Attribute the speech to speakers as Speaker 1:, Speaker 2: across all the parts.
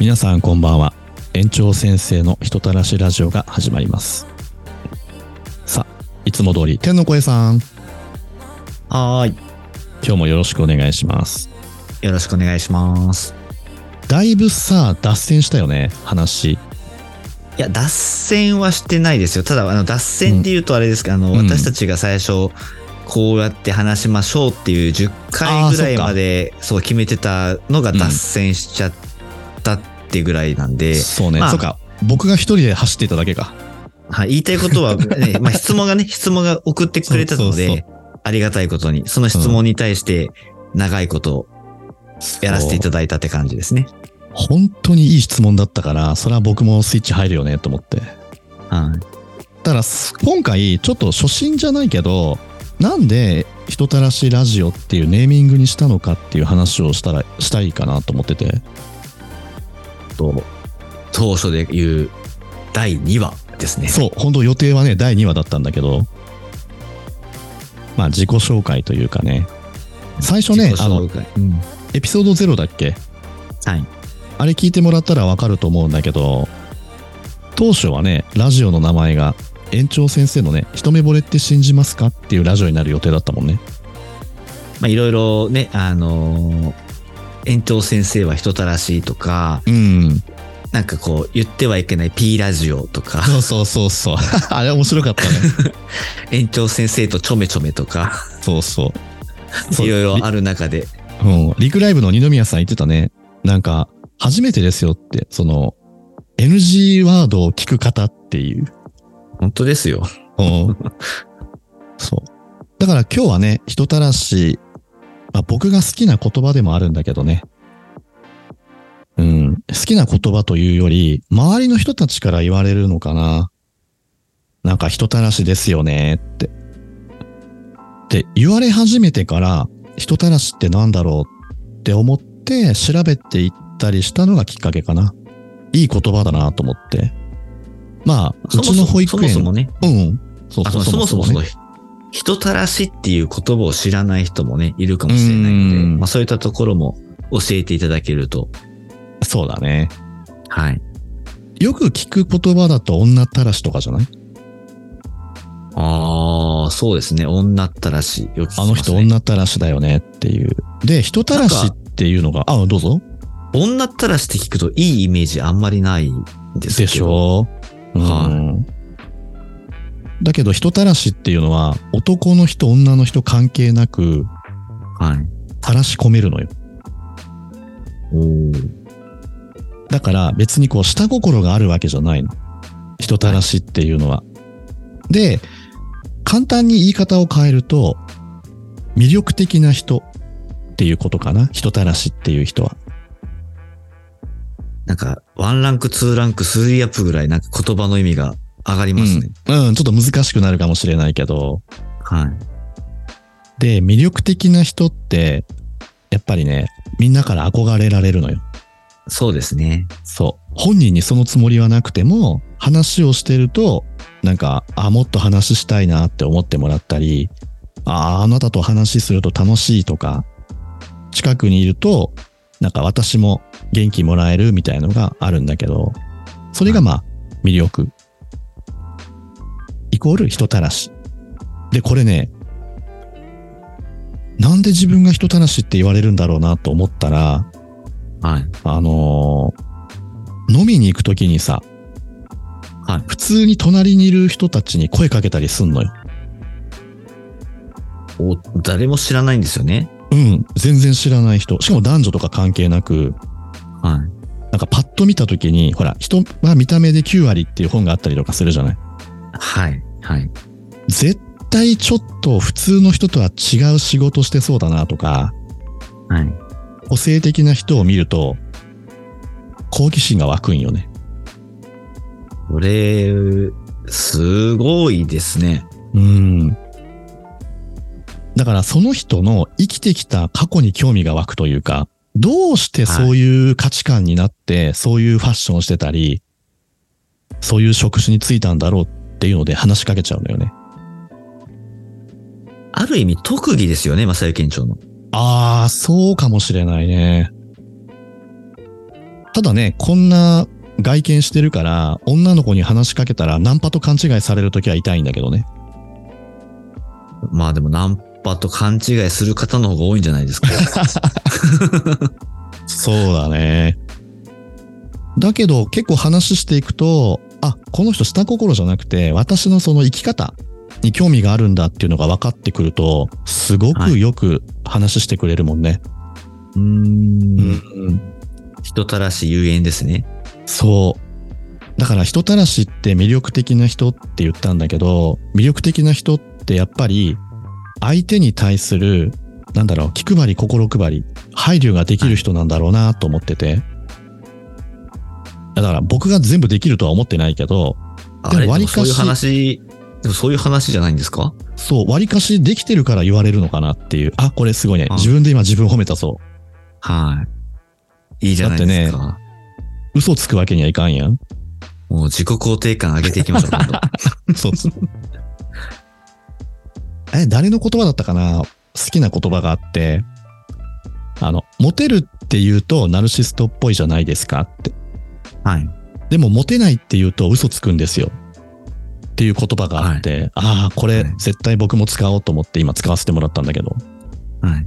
Speaker 1: 皆さんこんばんは園長先生の人たらしラジオが始まりますさあいつも通り天の声さん
Speaker 2: はーい。
Speaker 1: 今日もよろしくお願いします
Speaker 2: よろしくお願いします。
Speaker 1: だいぶさ脱線したよね話
Speaker 2: いや、脱線はしてないですよ。ただ、あの、脱線で言うとあれですけど、あの、
Speaker 1: うん
Speaker 2: 私たちが最初、こうやって話しましょうっていう10
Speaker 1: あー
Speaker 2: 回ぐらいまで、そう決めてたのが脱線しちゃったってぐらいなんで、
Speaker 1: そうね、
Speaker 2: まあ
Speaker 1: そうか僕が一人で走っていただけか
Speaker 2: はい、言いたいこと は、ね、まあ、質問がね、質問が送ってくれたので、
Speaker 1: そうそうそ
Speaker 2: ありがたいことに、その質問に対して、長いことやらせていた
Speaker 1: だ
Speaker 2: だいたって感じですね。
Speaker 1: 本当にいい質問だったからそれは僕もスイッチ入るよねと思って
Speaker 2: はい。
Speaker 1: ただす今回ちょっと初心じゃないけどなんで「人たらしラジオ」っていうネーミングにしたのかっていう話をしたらしたいかなと思ってて
Speaker 2: と、当初で言う第2話ですね。
Speaker 1: そう本当予定はね第2話だったんだけどまあ自己紹介というかね最初ね
Speaker 2: 自己
Speaker 1: あの
Speaker 2: 紹介うん
Speaker 1: エピソード0だっけ
Speaker 2: はい。
Speaker 1: あれ聞いてもらったらわかると思うんだけど当初はねラジオの名前が園長先生のね一目惚れって信じますかっていうラジオになる予定だったもんね
Speaker 2: まあ、いろいろね、あのー園長先生は人たらしいとか、
Speaker 1: うん
Speaker 2: なんかこう、言ってはいけない P ラジオとか、
Speaker 1: そうそうそうそう あれ面白かったね
Speaker 2: 園長先生とちょめちょめとか、
Speaker 1: そうそう そう。
Speaker 2: いろいろ
Speaker 1: あ
Speaker 2: ある中で、
Speaker 1: うん。リクライブの二宮さん言ってたね。なんか、初めてですよって、その、NG ワードを聞く方っていう。
Speaker 2: 本当ですよ。
Speaker 1: うん。そう。だから今日はね、人たらし、まあ、僕が好きな言葉でもあるんだけどね。うん。好きな言葉というより、周りの人たちから言われるのかな。なんか人たらしですよねって。って言われ始めてから、人たらしってなんだろうって思って調べていったりしたのがきっかけかな。いい言葉だなと思って。まあ、うちの保育園。
Speaker 2: そもそもね、
Speaker 1: うん。そう
Speaker 2: あ
Speaker 1: そ
Speaker 2: そううそもそ
Speaker 1: ね
Speaker 2: もその、人たらしっていう言葉を知らない人もね、いるかもしれないの
Speaker 1: う
Speaker 2: で、
Speaker 1: ん
Speaker 2: まあ、そういったところも教えていただけると、
Speaker 1: そうだね。
Speaker 2: はい。
Speaker 1: よく聞く言葉だと女たらしとかじゃない
Speaker 2: ああ、そうですね。女ったらしい。よく聞き
Speaker 1: あ
Speaker 2: ますね
Speaker 1: の人女たらしだよねっていう。で、人たらしっていうのが、あ、どうぞ。
Speaker 2: 女ったらしって聞くといいイメージあんまりないんですけ
Speaker 1: で
Speaker 2: ど。
Speaker 1: しょう、
Speaker 2: は
Speaker 1: だけど人たらしっていうのは男の人女の人関係なく
Speaker 2: はい。
Speaker 1: たらし込めるのよ。
Speaker 2: おー
Speaker 1: だから別にこう下心があるわけじゃないの。人たらしっていうのは。で、簡単に言い方を変えると、魅力的な人っていうことかな。人たらしっていう人は。
Speaker 2: なんか、ワンランク、ツーランク、スリーアップぐらい、なんか言葉の意味が上がりますね。
Speaker 1: うん、うんちょっと難しくなるかもしれないけど。
Speaker 2: はい。
Speaker 1: で、魅力的な人って、やっぱりね、みんなから憧れられるのよ。
Speaker 2: そうですね。
Speaker 1: そう。本人にそのつもりはなくても、話をしてると、なんか、あ、もっと話したいなって思ってもらったり、あ、あなたと話すると楽しいとか、近くにいると、なんか私も元気もらえるみたいのがあるんだけど、それがまあ、魅力。イコール人たらし。で、これね、なんで自分が人たらしって言われるんだろうなと思ったら、
Speaker 2: はい。
Speaker 1: あのー飲みに行くときにさ、
Speaker 2: はい
Speaker 1: 普通に隣にいる人たちに声かけたりすんのよ。
Speaker 2: お誰も知らないんですよね。
Speaker 1: うん、全然知らない人。しかも男女とか関係なく、
Speaker 2: は
Speaker 1: なんかパッと見たときに、ほら、人は見た目で9割っていう本があったりとかするじゃない。
Speaker 2: い。はい。はい。
Speaker 1: 絶対ちょっと普通の人とは違う仕事してそうだなとか、
Speaker 2: はい。
Speaker 1: 個性的な人を見ると、好奇心が湧くんよね。
Speaker 2: これ、すごいですね。
Speaker 1: うん。だからその人の生きてきた過去に興味が湧くというか、どうしてそういう価値観になって、そういうファッションをしてたり、そういう職種に就いたんだろうっていうので話しかけちゃうんだよね。
Speaker 2: ある意味、特技ですよね、正幸園長の。
Speaker 1: ああ、そうかもしれないね。ただね、こんな外見してるから、女の子に話しかけたらナンパと勘違いされるときは痛いんだけどね。
Speaker 2: まあでもナンパと勘違いする方の方が多いんじゃないで すか。
Speaker 1: そうだね。だけど結構話していくと、あ、この人下心じゃなくて、私のその生き方に興味があるんだっていうのが分かってくると、すご
Speaker 2: は
Speaker 1: くよく話してくれるもんね。
Speaker 2: うーん。人たらし遊園ですね。
Speaker 1: そう。だから人たらしって魅力的な人って言ったんだけど、魅力的な人ってやっぱり相手に対する、なんだろう、気配り、心配り、配慮ができる人なんだろうなと思ってて。だから僕が全部できるとは思ってないけど、
Speaker 2: あ
Speaker 1: で
Speaker 2: れ
Speaker 1: も割かし
Speaker 2: 割そういう話、でもそういう話じゃないんですか
Speaker 1: そう、割かしできてるから言われるのかなっていう。あ、これすごいね。
Speaker 2: あ
Speaker 1: 自分で今自分褒めたそ
Speaker 2: はい。いいじゃないですか。
Speaker 1: う。嘘つくわけにはいかんやん。
Speaker 2: もう自己肯定感上げていきましょう 今度。
Speaker 1: そうそう。え、誰の言葉だったかな好きな言葉があって、あの、モテるって言うとナルシストっぽいじゃないですかって。
Speaker 2: はい。
Speaker 1: でもモテないって言うと嘘つくんですよ。っていう言葉があって、ああ、これ
Speaker 2: はい
Speaker 1: 絶対僕も使おうと思って今使わせてもらったんだけど。
Speaker 2: はい。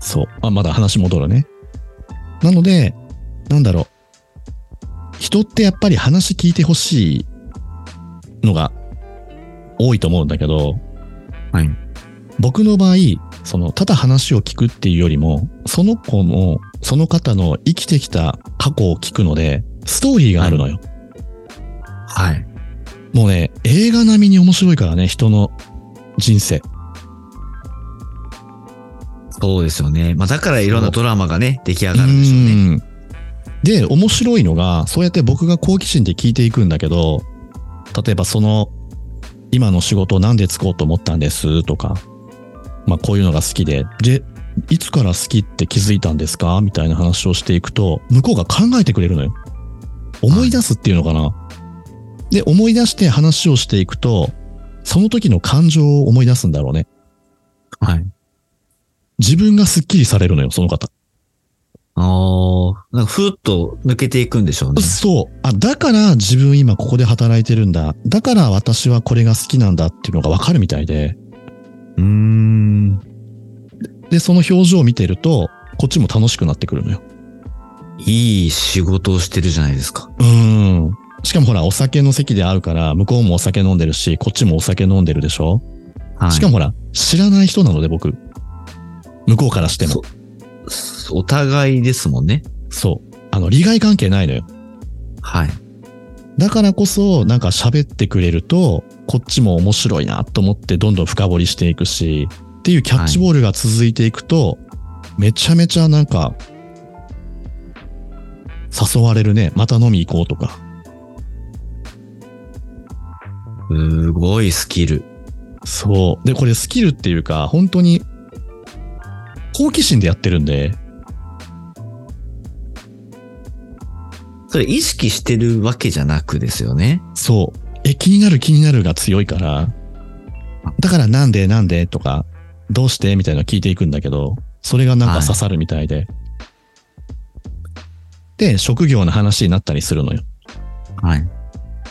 Speaker 1: そう。あ、まだ話戻るね。なので、なんだろう。人ってやっぱり話聞いてほしいのが多いと思うんだけど、
Speaker 2: はい。
Speaker 1: 僕の場合、その、ただ話を聞くっていうよりも、その子の、その方の生きてきた過去を聞くので、ストーリーがあるのよ。
Speaker 2: はい。
Speaker 1: もうね、映画並みに面白いからね、人の人生。
Speaker 2: そうですよね。まあだからいろんなドラマがね、出来上
Speaker 1: う
Speaker 2: がるんでしょうね。
Speaker 1: んで、面白いのが、そうやって僕が好奇心で聞いていくんだけど、例えばその、今の仕事をなんでつこうと思ったんですとか、まあこういうのが好きで、で、いつから好きって気づいたんですかみたいな話をしていくと、向こうが考えてくれるのよ。思い出すっていうのかな。で、思い出して話をしていくと、その時の感情を思い出すんだろうね。
Speaker 2: はい。
Speaker 1: 自分がスッキリされるのよ、その方。
Speaker 2: ああ、なんかふーっと抜けていくんでしょうね。
Speaker 1: そう。あ、だから自分今ここで働いてるんだ。だから私はこれが好きなんだっていうのがわかるみたいで。
Speaker 2: うーん。
Speaker 1: で、その表情を見てると、こっちも楽しくなってくるのよ。
Speaker 2: いい仕事をしてるじゃないですか。
Speaker 1: うん。しかもほら、お酒の席で会うから、向こうもお酒飲んでるし、こっちもお酒飲んでるでしょ、
Speaker 2: はい。
Speaker 1: しかもほら、知らない人なので僕。向こうからしても。
Speaker 2: そお互いですもんね。
Speaker 1: そう。あの、利害関係ないのよ。
Speaker 2: はい。
Speaker 1: だからこそ、なんか喋ってくれると、こっちも面白いなと思ってどんどん深掘りしていくし、っていうキャッチボールが続いていくと、めちゃめちゃなんか、誘われるね。また飲み行こうとか。
Speaker 2: すごいスキル。
Speaker 1: そう。で、これスキルっていうか、本当に、好奇心でやってるんで、
Speaker 2: それ意識してるわけじゃなくですよね。
Speaker 1: そう。え、気になる気になるが強いから、だからなんでなんでとか、どうしてみたいなの聞いていくんだけど、それがなんか刺さるみたいで。で、職業の話になったりするのよ。
Speaker 2: はい。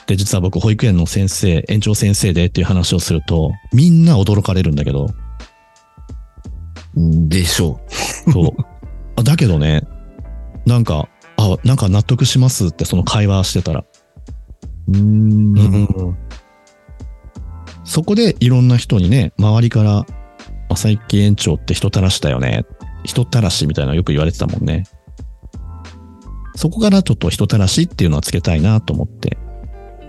Speaker 1: で、実は僕、保育園の先生、園長先生でっていう話をすると、みんな驚かれるんだけど、
Speaker 2: でしょ
Speaker 1: そう。あだけどね、なんか、あ、なんか納得しますって、その会話してたら。
Speaker 2: う。うーん
Speaker 1: そこでいろんな人にね、周りから、朝一園長って人たらしだよね。人たらしみたいなのよく言われてたもんね。そこからちょっと人たらしっていうのはつけたいなと思って。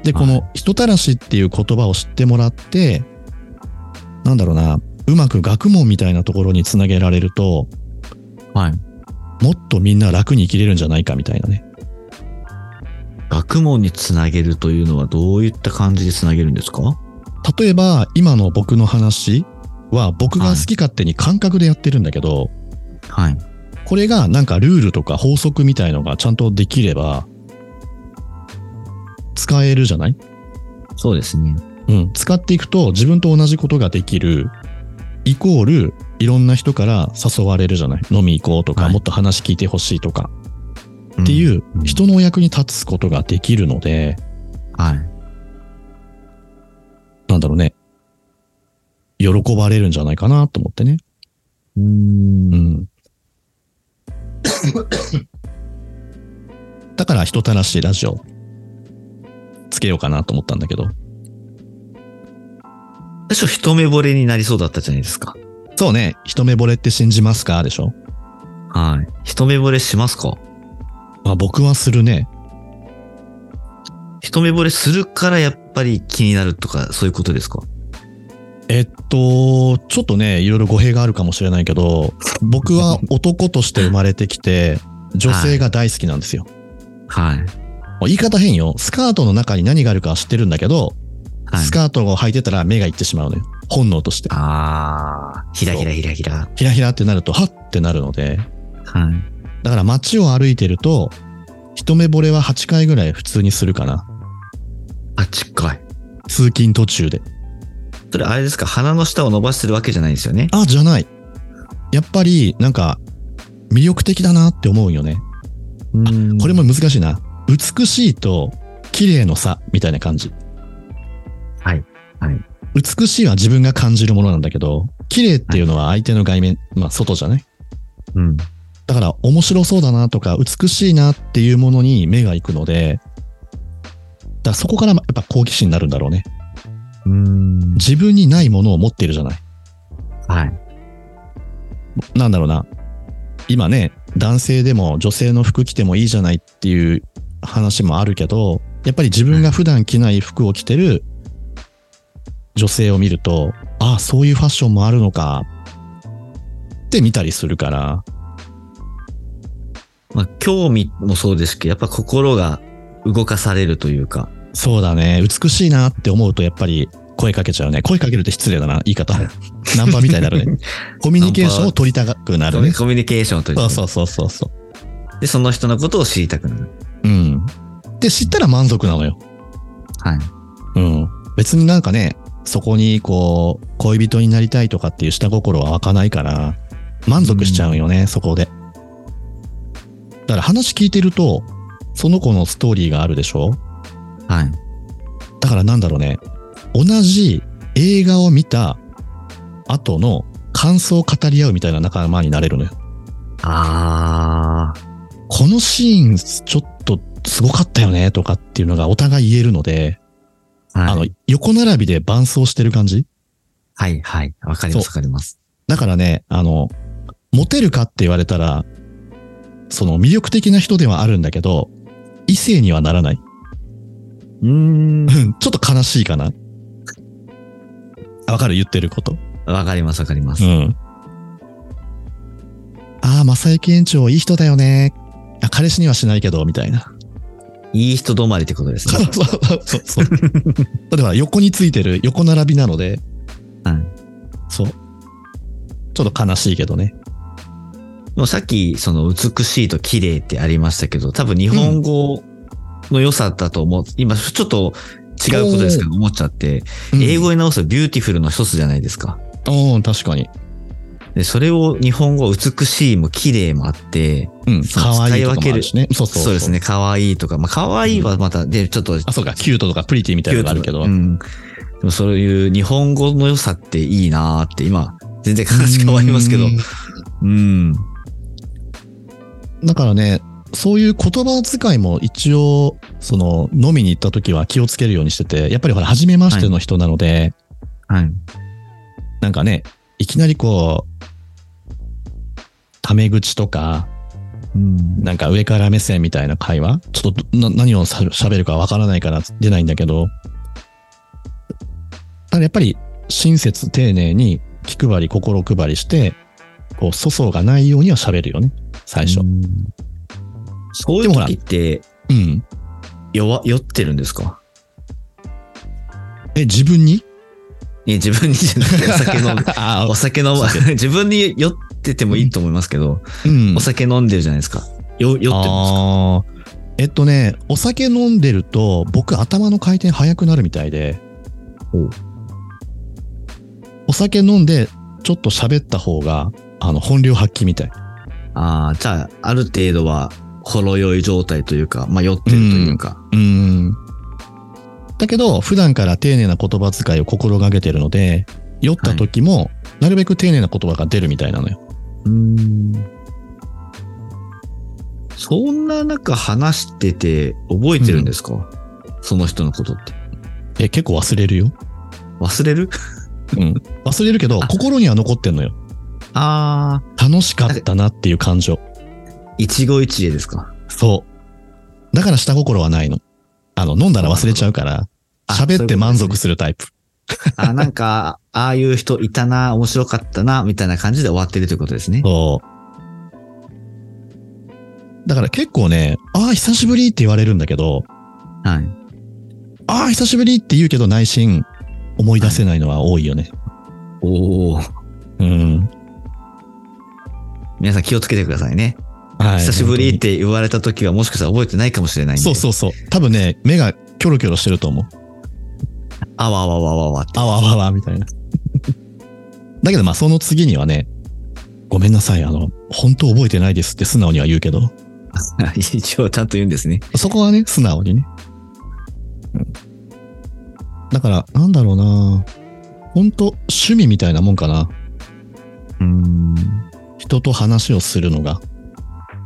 Speaker 1: で、この人たらしっていう言葉を知ってもらって、なんだろうな、うまく学問みたいなところにつなげられると、
Speaker 2: はい。
Speaker 1: もっとみんな楽に生きれるんじゃないかみたいなね。
Speaker 2: 学問につなげるというのはどういった感じでつなげるんですか
Speaker 1: 例えば、今の僕の話は僕が好き勝手に感覚でやってるんだけど、
Speaker 2: はい。
Speaker 1: これがなんかルールとか法則みたいのがちゃんとできれば、使えるじゃない
Speaker 2: そうですね。
Speaker 1: うん。使っていくと自分と同じことができる、イコール、いろんな人から誘われるじゃない飲み行こうとか、
Speaker 2: はい
Speaker 1: もっと話聞いてほしいとか。って
Speaker 2: うん。
Speaker 1: いう人のお役に立つことができるので、
Speaker 2: はい。
Speaker 1: なんだろうね、喜ばれるんじゃないかなと思ってね。
Speaker 2: うー。
Speaker 1: うん ん。だから人たらしラジオつけようかなと思ったんだけど。
Speaker 2: 最初一目惚れになりそうだったじゃないですか。
Speaker 1: そうね、一目惚れって信じますかでしょ
Speaker 2: はい。一目惚れしますか
Speaker 1: まあ僕はするね。
Speaker 2: 一目惚れするからやっぱり気になるとか、そういうことですか
Speaker 1: えっと、ちょっとね、いろいろ語弊があるかもしれないけど、僕 は男として生まれてきて、女性が大好きなんですよ。
Speaker 2: はい。
Speaker 1: もう言い方変よ。スカートの中に何があるかは知ってるんだけど、
Speaker 2: はい
Speaker 1: ス。カートを履いてたら目がいってしまうのよ。本能として。
Speaker 2: ああ、ひらひらひらひら。
Speaker 1: ひらひらってなると、はってなるので。
Speaker 2: はい。
Speaker 1: だから街を歩いてると、一目惚れは8回ぐらい普通にするかな。
Speaker 2: あ、近い。
Speaker 1: 通勤途中で。
Speaker 2: それあれですか鼻の下を伸ばしてるわけじゃないんですよね。
Speaker 1: あ、じゃない。やっぱり、なんか、魅力的だなって思うよね。
Speaker 2: うん
Speaker 1: これも難しいな。美しいと、綺麗の差みたいな感じ。
Speaker 2: はい。はい。
Speaker 1: 美しいは自分が感じるものなんだけど、綺麗っていうのは相手の外面、まあ外じゃない
Speaker 2: うん。
Speaker 1: だから面白そうだなとか美しいなっていうものに目が行くので、だからそこからやっぱ好奇心になるんだろうね。
Speaker 2: うん。
Speaker 1: 自分にないものを持っているじゃない。
Speaker 2: はい。
Speaker 1: なんだろうな。今ね、男性でも女性の服着てもいいじゃないっていう話もあるけど、やっぱり自分が普段着ない服を着てる女性を見ると、ああ、そういうファッションもあるのかって見たりするから、
Speaker 2: まあ、興味もそうですけど、やっぱ心が動かされるというか。
Speaker 1: そうだね。美しいなって思うと、やっぱり声かけちゃうね。声かけるって失礼だな、言い方。ナンパみたいになるね。コミュニケーションを取りたくなるね。
Speaker 2: コミュニケーションという
Speaker 1: そう
Speaker 2: か。
Speaker 1: そうそうそうそ
Speaker 2: で、その人のことを知りたくなる。
Speaker 1: う。うん。で、知ったら満足なのよ。
Speaker 2: はい。
Speaker 1: うん。別になんかね、そこにこう、恋人になりたいとかっていう下心は湧かないから、満足しちゃうよね、そこで。だから話聞いてると、その子のストーリーがあるでしょ
Speaker 2: はい。
Speaker 1: だからなんだろうね。同じ映画を見た後の感想を語り合うみたいな仲間になれるのよ。
Speaker 2: あ
Speaker 1: このシーンちょっとすごかったよねとかっていうのがお互い言えるので、
Speaker 2: あ。はい。
Speaker 1: あの、横並びで伴走してる感じ
Speaker 2: はい、はい。わかります、
Speaker 1: そ
Speaker 2: わかります。
Speaker 1: だからね、あの、モテるかって言われたら、その魅力的な人ではあるんだけど、異性にはならない。
Speaker 2: うーん。
Speaker 1: うんちょっと悲しいかな。あわかる言ってること。
Speaker 2: わかります、わかります。
Speaker 1: うん。ああ、正幸園長いい人だよね。あ、彼氏にはしないけど、みたいな。
Speaker 2: いい人止まりってことです
Speaker 1: そう
Speaker 2: ね。
Speaker 1: そうそうそう。例えば横についてる横並びなので、
Speaker 2: はい。
Speaker 1: そう。ちょっと悲しいけどね。
Speaker 2: もうさっき、その、美しいと綺麗ってありましたけど、多分日本語の良さだと思う。今、ちょっと違うことですけど、思っちゃって、
Speaker 1: うん
Speaker 2: 英語に直すとビューティフルの一つじゃないですか。
Speaker 1: うん、確かに。
Speaker 2: で、それを日本語、美しいも綺麗もあって、
Speaker 1: うん、
Speaker 2: そう
Speaker 1: 可愛いと
Speaker 2: 使い
Speaker 1: か
Speaker 2: 分
Speaker 1: も
Speaker 2: け
Speaker 1: あ
Speaker 2: る
Speaker 1: るしね。そうそう
Speaker 2: そうですね、。可愛いとか、まあ、可愛いはまた、で、ちょっと、
Speaker 1: あ、そうか、キュートとかプリティみたいなのがあるけど。
Speaker 2: うん。でもそういう日本語の良さっていいなーって、今、全然話変わりますけど
Speaker 1: う、ん
Speaker 2: うん。
Speaker 1: だからね、そういう言葉遣いも一応、その、飲みに行った時は気をつけるようにしてて、やっぱりほら、初めましての人なので、
Speaker 2: はい。
Speaker 1: なんかね、いきなりこう、タメ口とか、
Speaker 2: うん
Speaker 1: なんか上から目線みたいな会話ちょっとどな何をさ喋るかわからないから出ないんだけど、ただやっぱり親切丁寧に気配り心配りして、こう、粗相がないようには喋るよね、最初。
Speaker 2: うんそういう
Speaker 1: でもほら
Speaker 2: 時って
Speaker 1: うん。
Speaker 2: 弱、酔ってるんですか
Speaker 1: え、自分に。
Speaker 2: いや自分にじゃなくて、お酒飲む
Speaker 1: あ
Speaker 2: お酒飲む。 自分に酔っててもいいと思いますけど、
Speaker 1: うん
Speaker 2: お酒飲んでるじゃないですか。よ酔ってるんですか
Speaker 1: あーえっとね、お酒飲んでると、僕頭の回転速くなるみたいで
Speaker 2: ほう、
Speaker 1: お酒飲んで、ちょっと喋った方が、あの、本領発揮みたい。
Speaker 2: ああ、じゃあ、ある程度は、ほろ酔い状態というか、まあ、酔ってるというか。
Speaker 1: うん。だけど、普段から丁寧な言葉遣いを心がけてるので、酔った時も、なるべく丁寧な言葉が出るみたいなのよ。
Speaker 2: うんそんな中話してて覚えてるんですか、その人のことって。
Speaker 1: え、結構忘れるよ。
Speaker 2: 忘れる
Speaker 1: うん。忘れるけど、心には残ってんのよ。
Speaker 2: ああ、
Speaker 1: 楽しかったなっていう感情。
Speaker 2: 一期一会ですか。
Speaker 1: そう。だから下心はないの。あの、飲んだら忘れちゃうから、
Speaker 2: あ
Speaker 1: 喋って満足
Speaker 2: そ
Speaker 1: するタイプ。
Speaker 2: あなんか、 ああいう人いたな、面白かったな、みたいな感じで終わってるということですね。
Speaker 1: そう。だから結構ね、ああ、久しぶりって言われるんだけど、
Speaker 2: はい。
Speaker 1: ああ、久しぶりって言うけど内心思い出せないのは多いよね。
Speaker 2: おお。
Speaker 1: うん。
Speaker 2: 皆さん気をつけてくださいね。
Speaker 1: はい。
Speaker 2: 久しぶりっ
Speaker 1: 本
Speaker 2: て言われた時はもしかしたら覚えてないかもしれない
Speaker 1: 当
Speaker 2: ん
Speaker 1: に
Speaker 2: で。
Speaker 1: そうそうそう。多分ね、目がキョロキョロしてると思う。
Speaker 2: う。あわあわあわあわわって。
Speaker 1: あわあわあわ、みたいな。だけどまあその次にはね、ごめんなさい、あの、本当覚えてないですって素直には言うけど、
Speaker 2: 一応ちゃんと言うんですね。
Speaker 1: そこはね、素直にね。だから、なんだろうな本当趣味みたいなもんかな。
Speaker 2: うん。
Speaker 1: 人と話をするのが。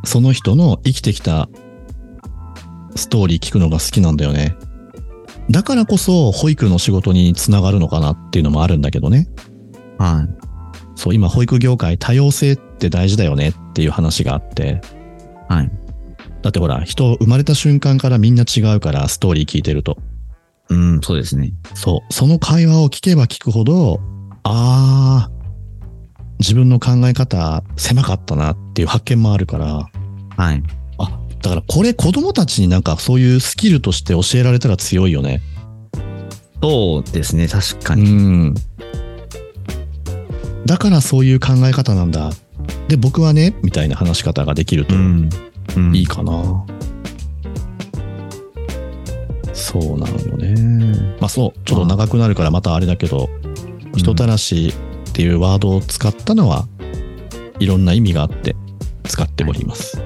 Speaker 1: その人の生きてきたストーリー聞くのが好きなんだよね。だからこそ保育の仕事につながるのかなっていうのもあるんだけどね。
Speaker 2: はい。
Speaker 1: そう、今保育業界多様性って大事だよねっていう話があって。
Speaker 2: はい。
Speaker 1: だってほら、人生まれた瞬間からみんな違うからストーリー聞いてると。
Speaker 2: うん、そうですね。
Speaker 1: そう、その会話を聞けば聞くほど、ああ、自分の考え方狭かったなっていう発見もあるから、
Speaker 2: はい。
Speaker 1: あ、だからこれ子供たちになんかそういうスキルとして教えられたら強いよね。
Speaker 2: そうですね、確か
Speaker 1: う
Speaker 2: に。
Speaker 1: ん。だからそういう考え方なんだ。で、僕はね、みたいな話し方ができると
Speaker 2: ん。うん
Speaker 1: いいかな。そうなのよね。まあそう、ちょっと長くなるからまたあれだけど、人たらしっていうワードを使ったのは、いろんな意味があって使っております。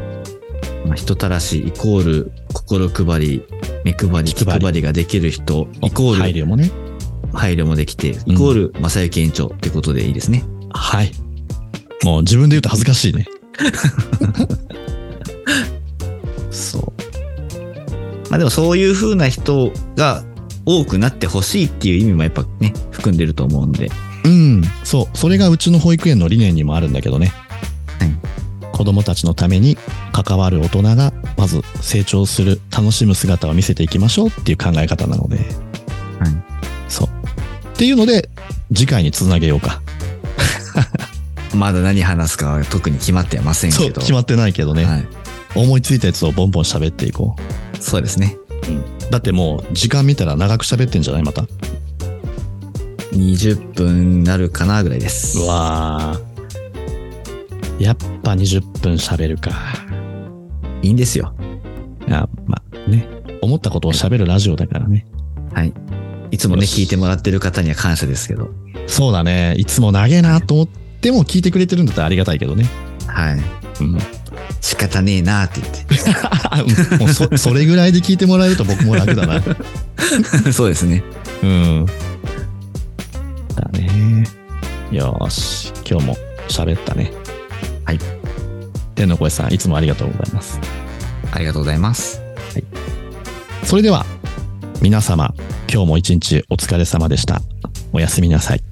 Speaker 2: まあ人たらしイコール心配り、目配り、
Speaker 1: 気
Speaker 2: 気
Speaker 1: 配り
Speaker 2: 配りができる人、イコ
Speaker 1: 配
Speaker 2: ール
Speaker 1: 慮もね。
Speaker 2: 配慮もできて、イコール正幸園長ってことでいいですね。
Speaker 1: はい。もう自分で言うと恥ずかしいね。そう。
Speaker 2: まあでもそういう風な人が多くなってほしいっていう意味もやっぱね、含んでると思うんで。
Speaker 1: うん、そう。それがうちの保育園の理念にもあるんだけどね。
Speaker 2: はい
Speaker 1: 子供たちのために関わる大人が、まず成長する、楽しむ姿を見せていきましょうっていう考え方なので。そう。っていうので、次回につなげようか。
Speaker 2: まだ何話すかは特に決まってはませんけ
Speaker 1: そう、
Speaker 2: ど。
Speaker 1: 決まってないけどね。
Speaker 2: はい。
Speaker 1: 思いついたやつをボンボン喋っていこ
Speaker 2: そうですね。
Speaker 1: う。だってもう、時間見たら長く喋ってんじゃないまた。う
Speaker 2: 20分なるかなぐらいです。
Speaker 1: わー。やっぱ20分喋るか。
Speaker 2: いいんですよ。
Speaker 1: あまあね、思ったことを喋るラジオだからね。
Speaker 2: いつも
Speaker 1: よ
Speaker 2: ね、
Speaker 1: し
Speaker 2: 聞いてもらってる方には感謝ですけど。
Speaker 1: そうだね。いつも長えなと思っても聞いてくれてるんだったらありがたいけどね。
Speaker 2: はい。
Speaker 1: うん。
Speaker 2: 仕方ねえなって言って。
Speaker 1: もうそそれぐらいで聞いてもらえると僕も楽 だな。
Speaker 2: そうですね。
Speaker 1: うん。だね。よーし。今日も喋ったね。
Speaker 2: はい。
Speaker 1: 天の声さん、いつもありがとうございます。
Speaker 2: ありがとうございます。
Speaker 1: それでは、皆様、今日も一日お疲れ様でした。おやすみなさい。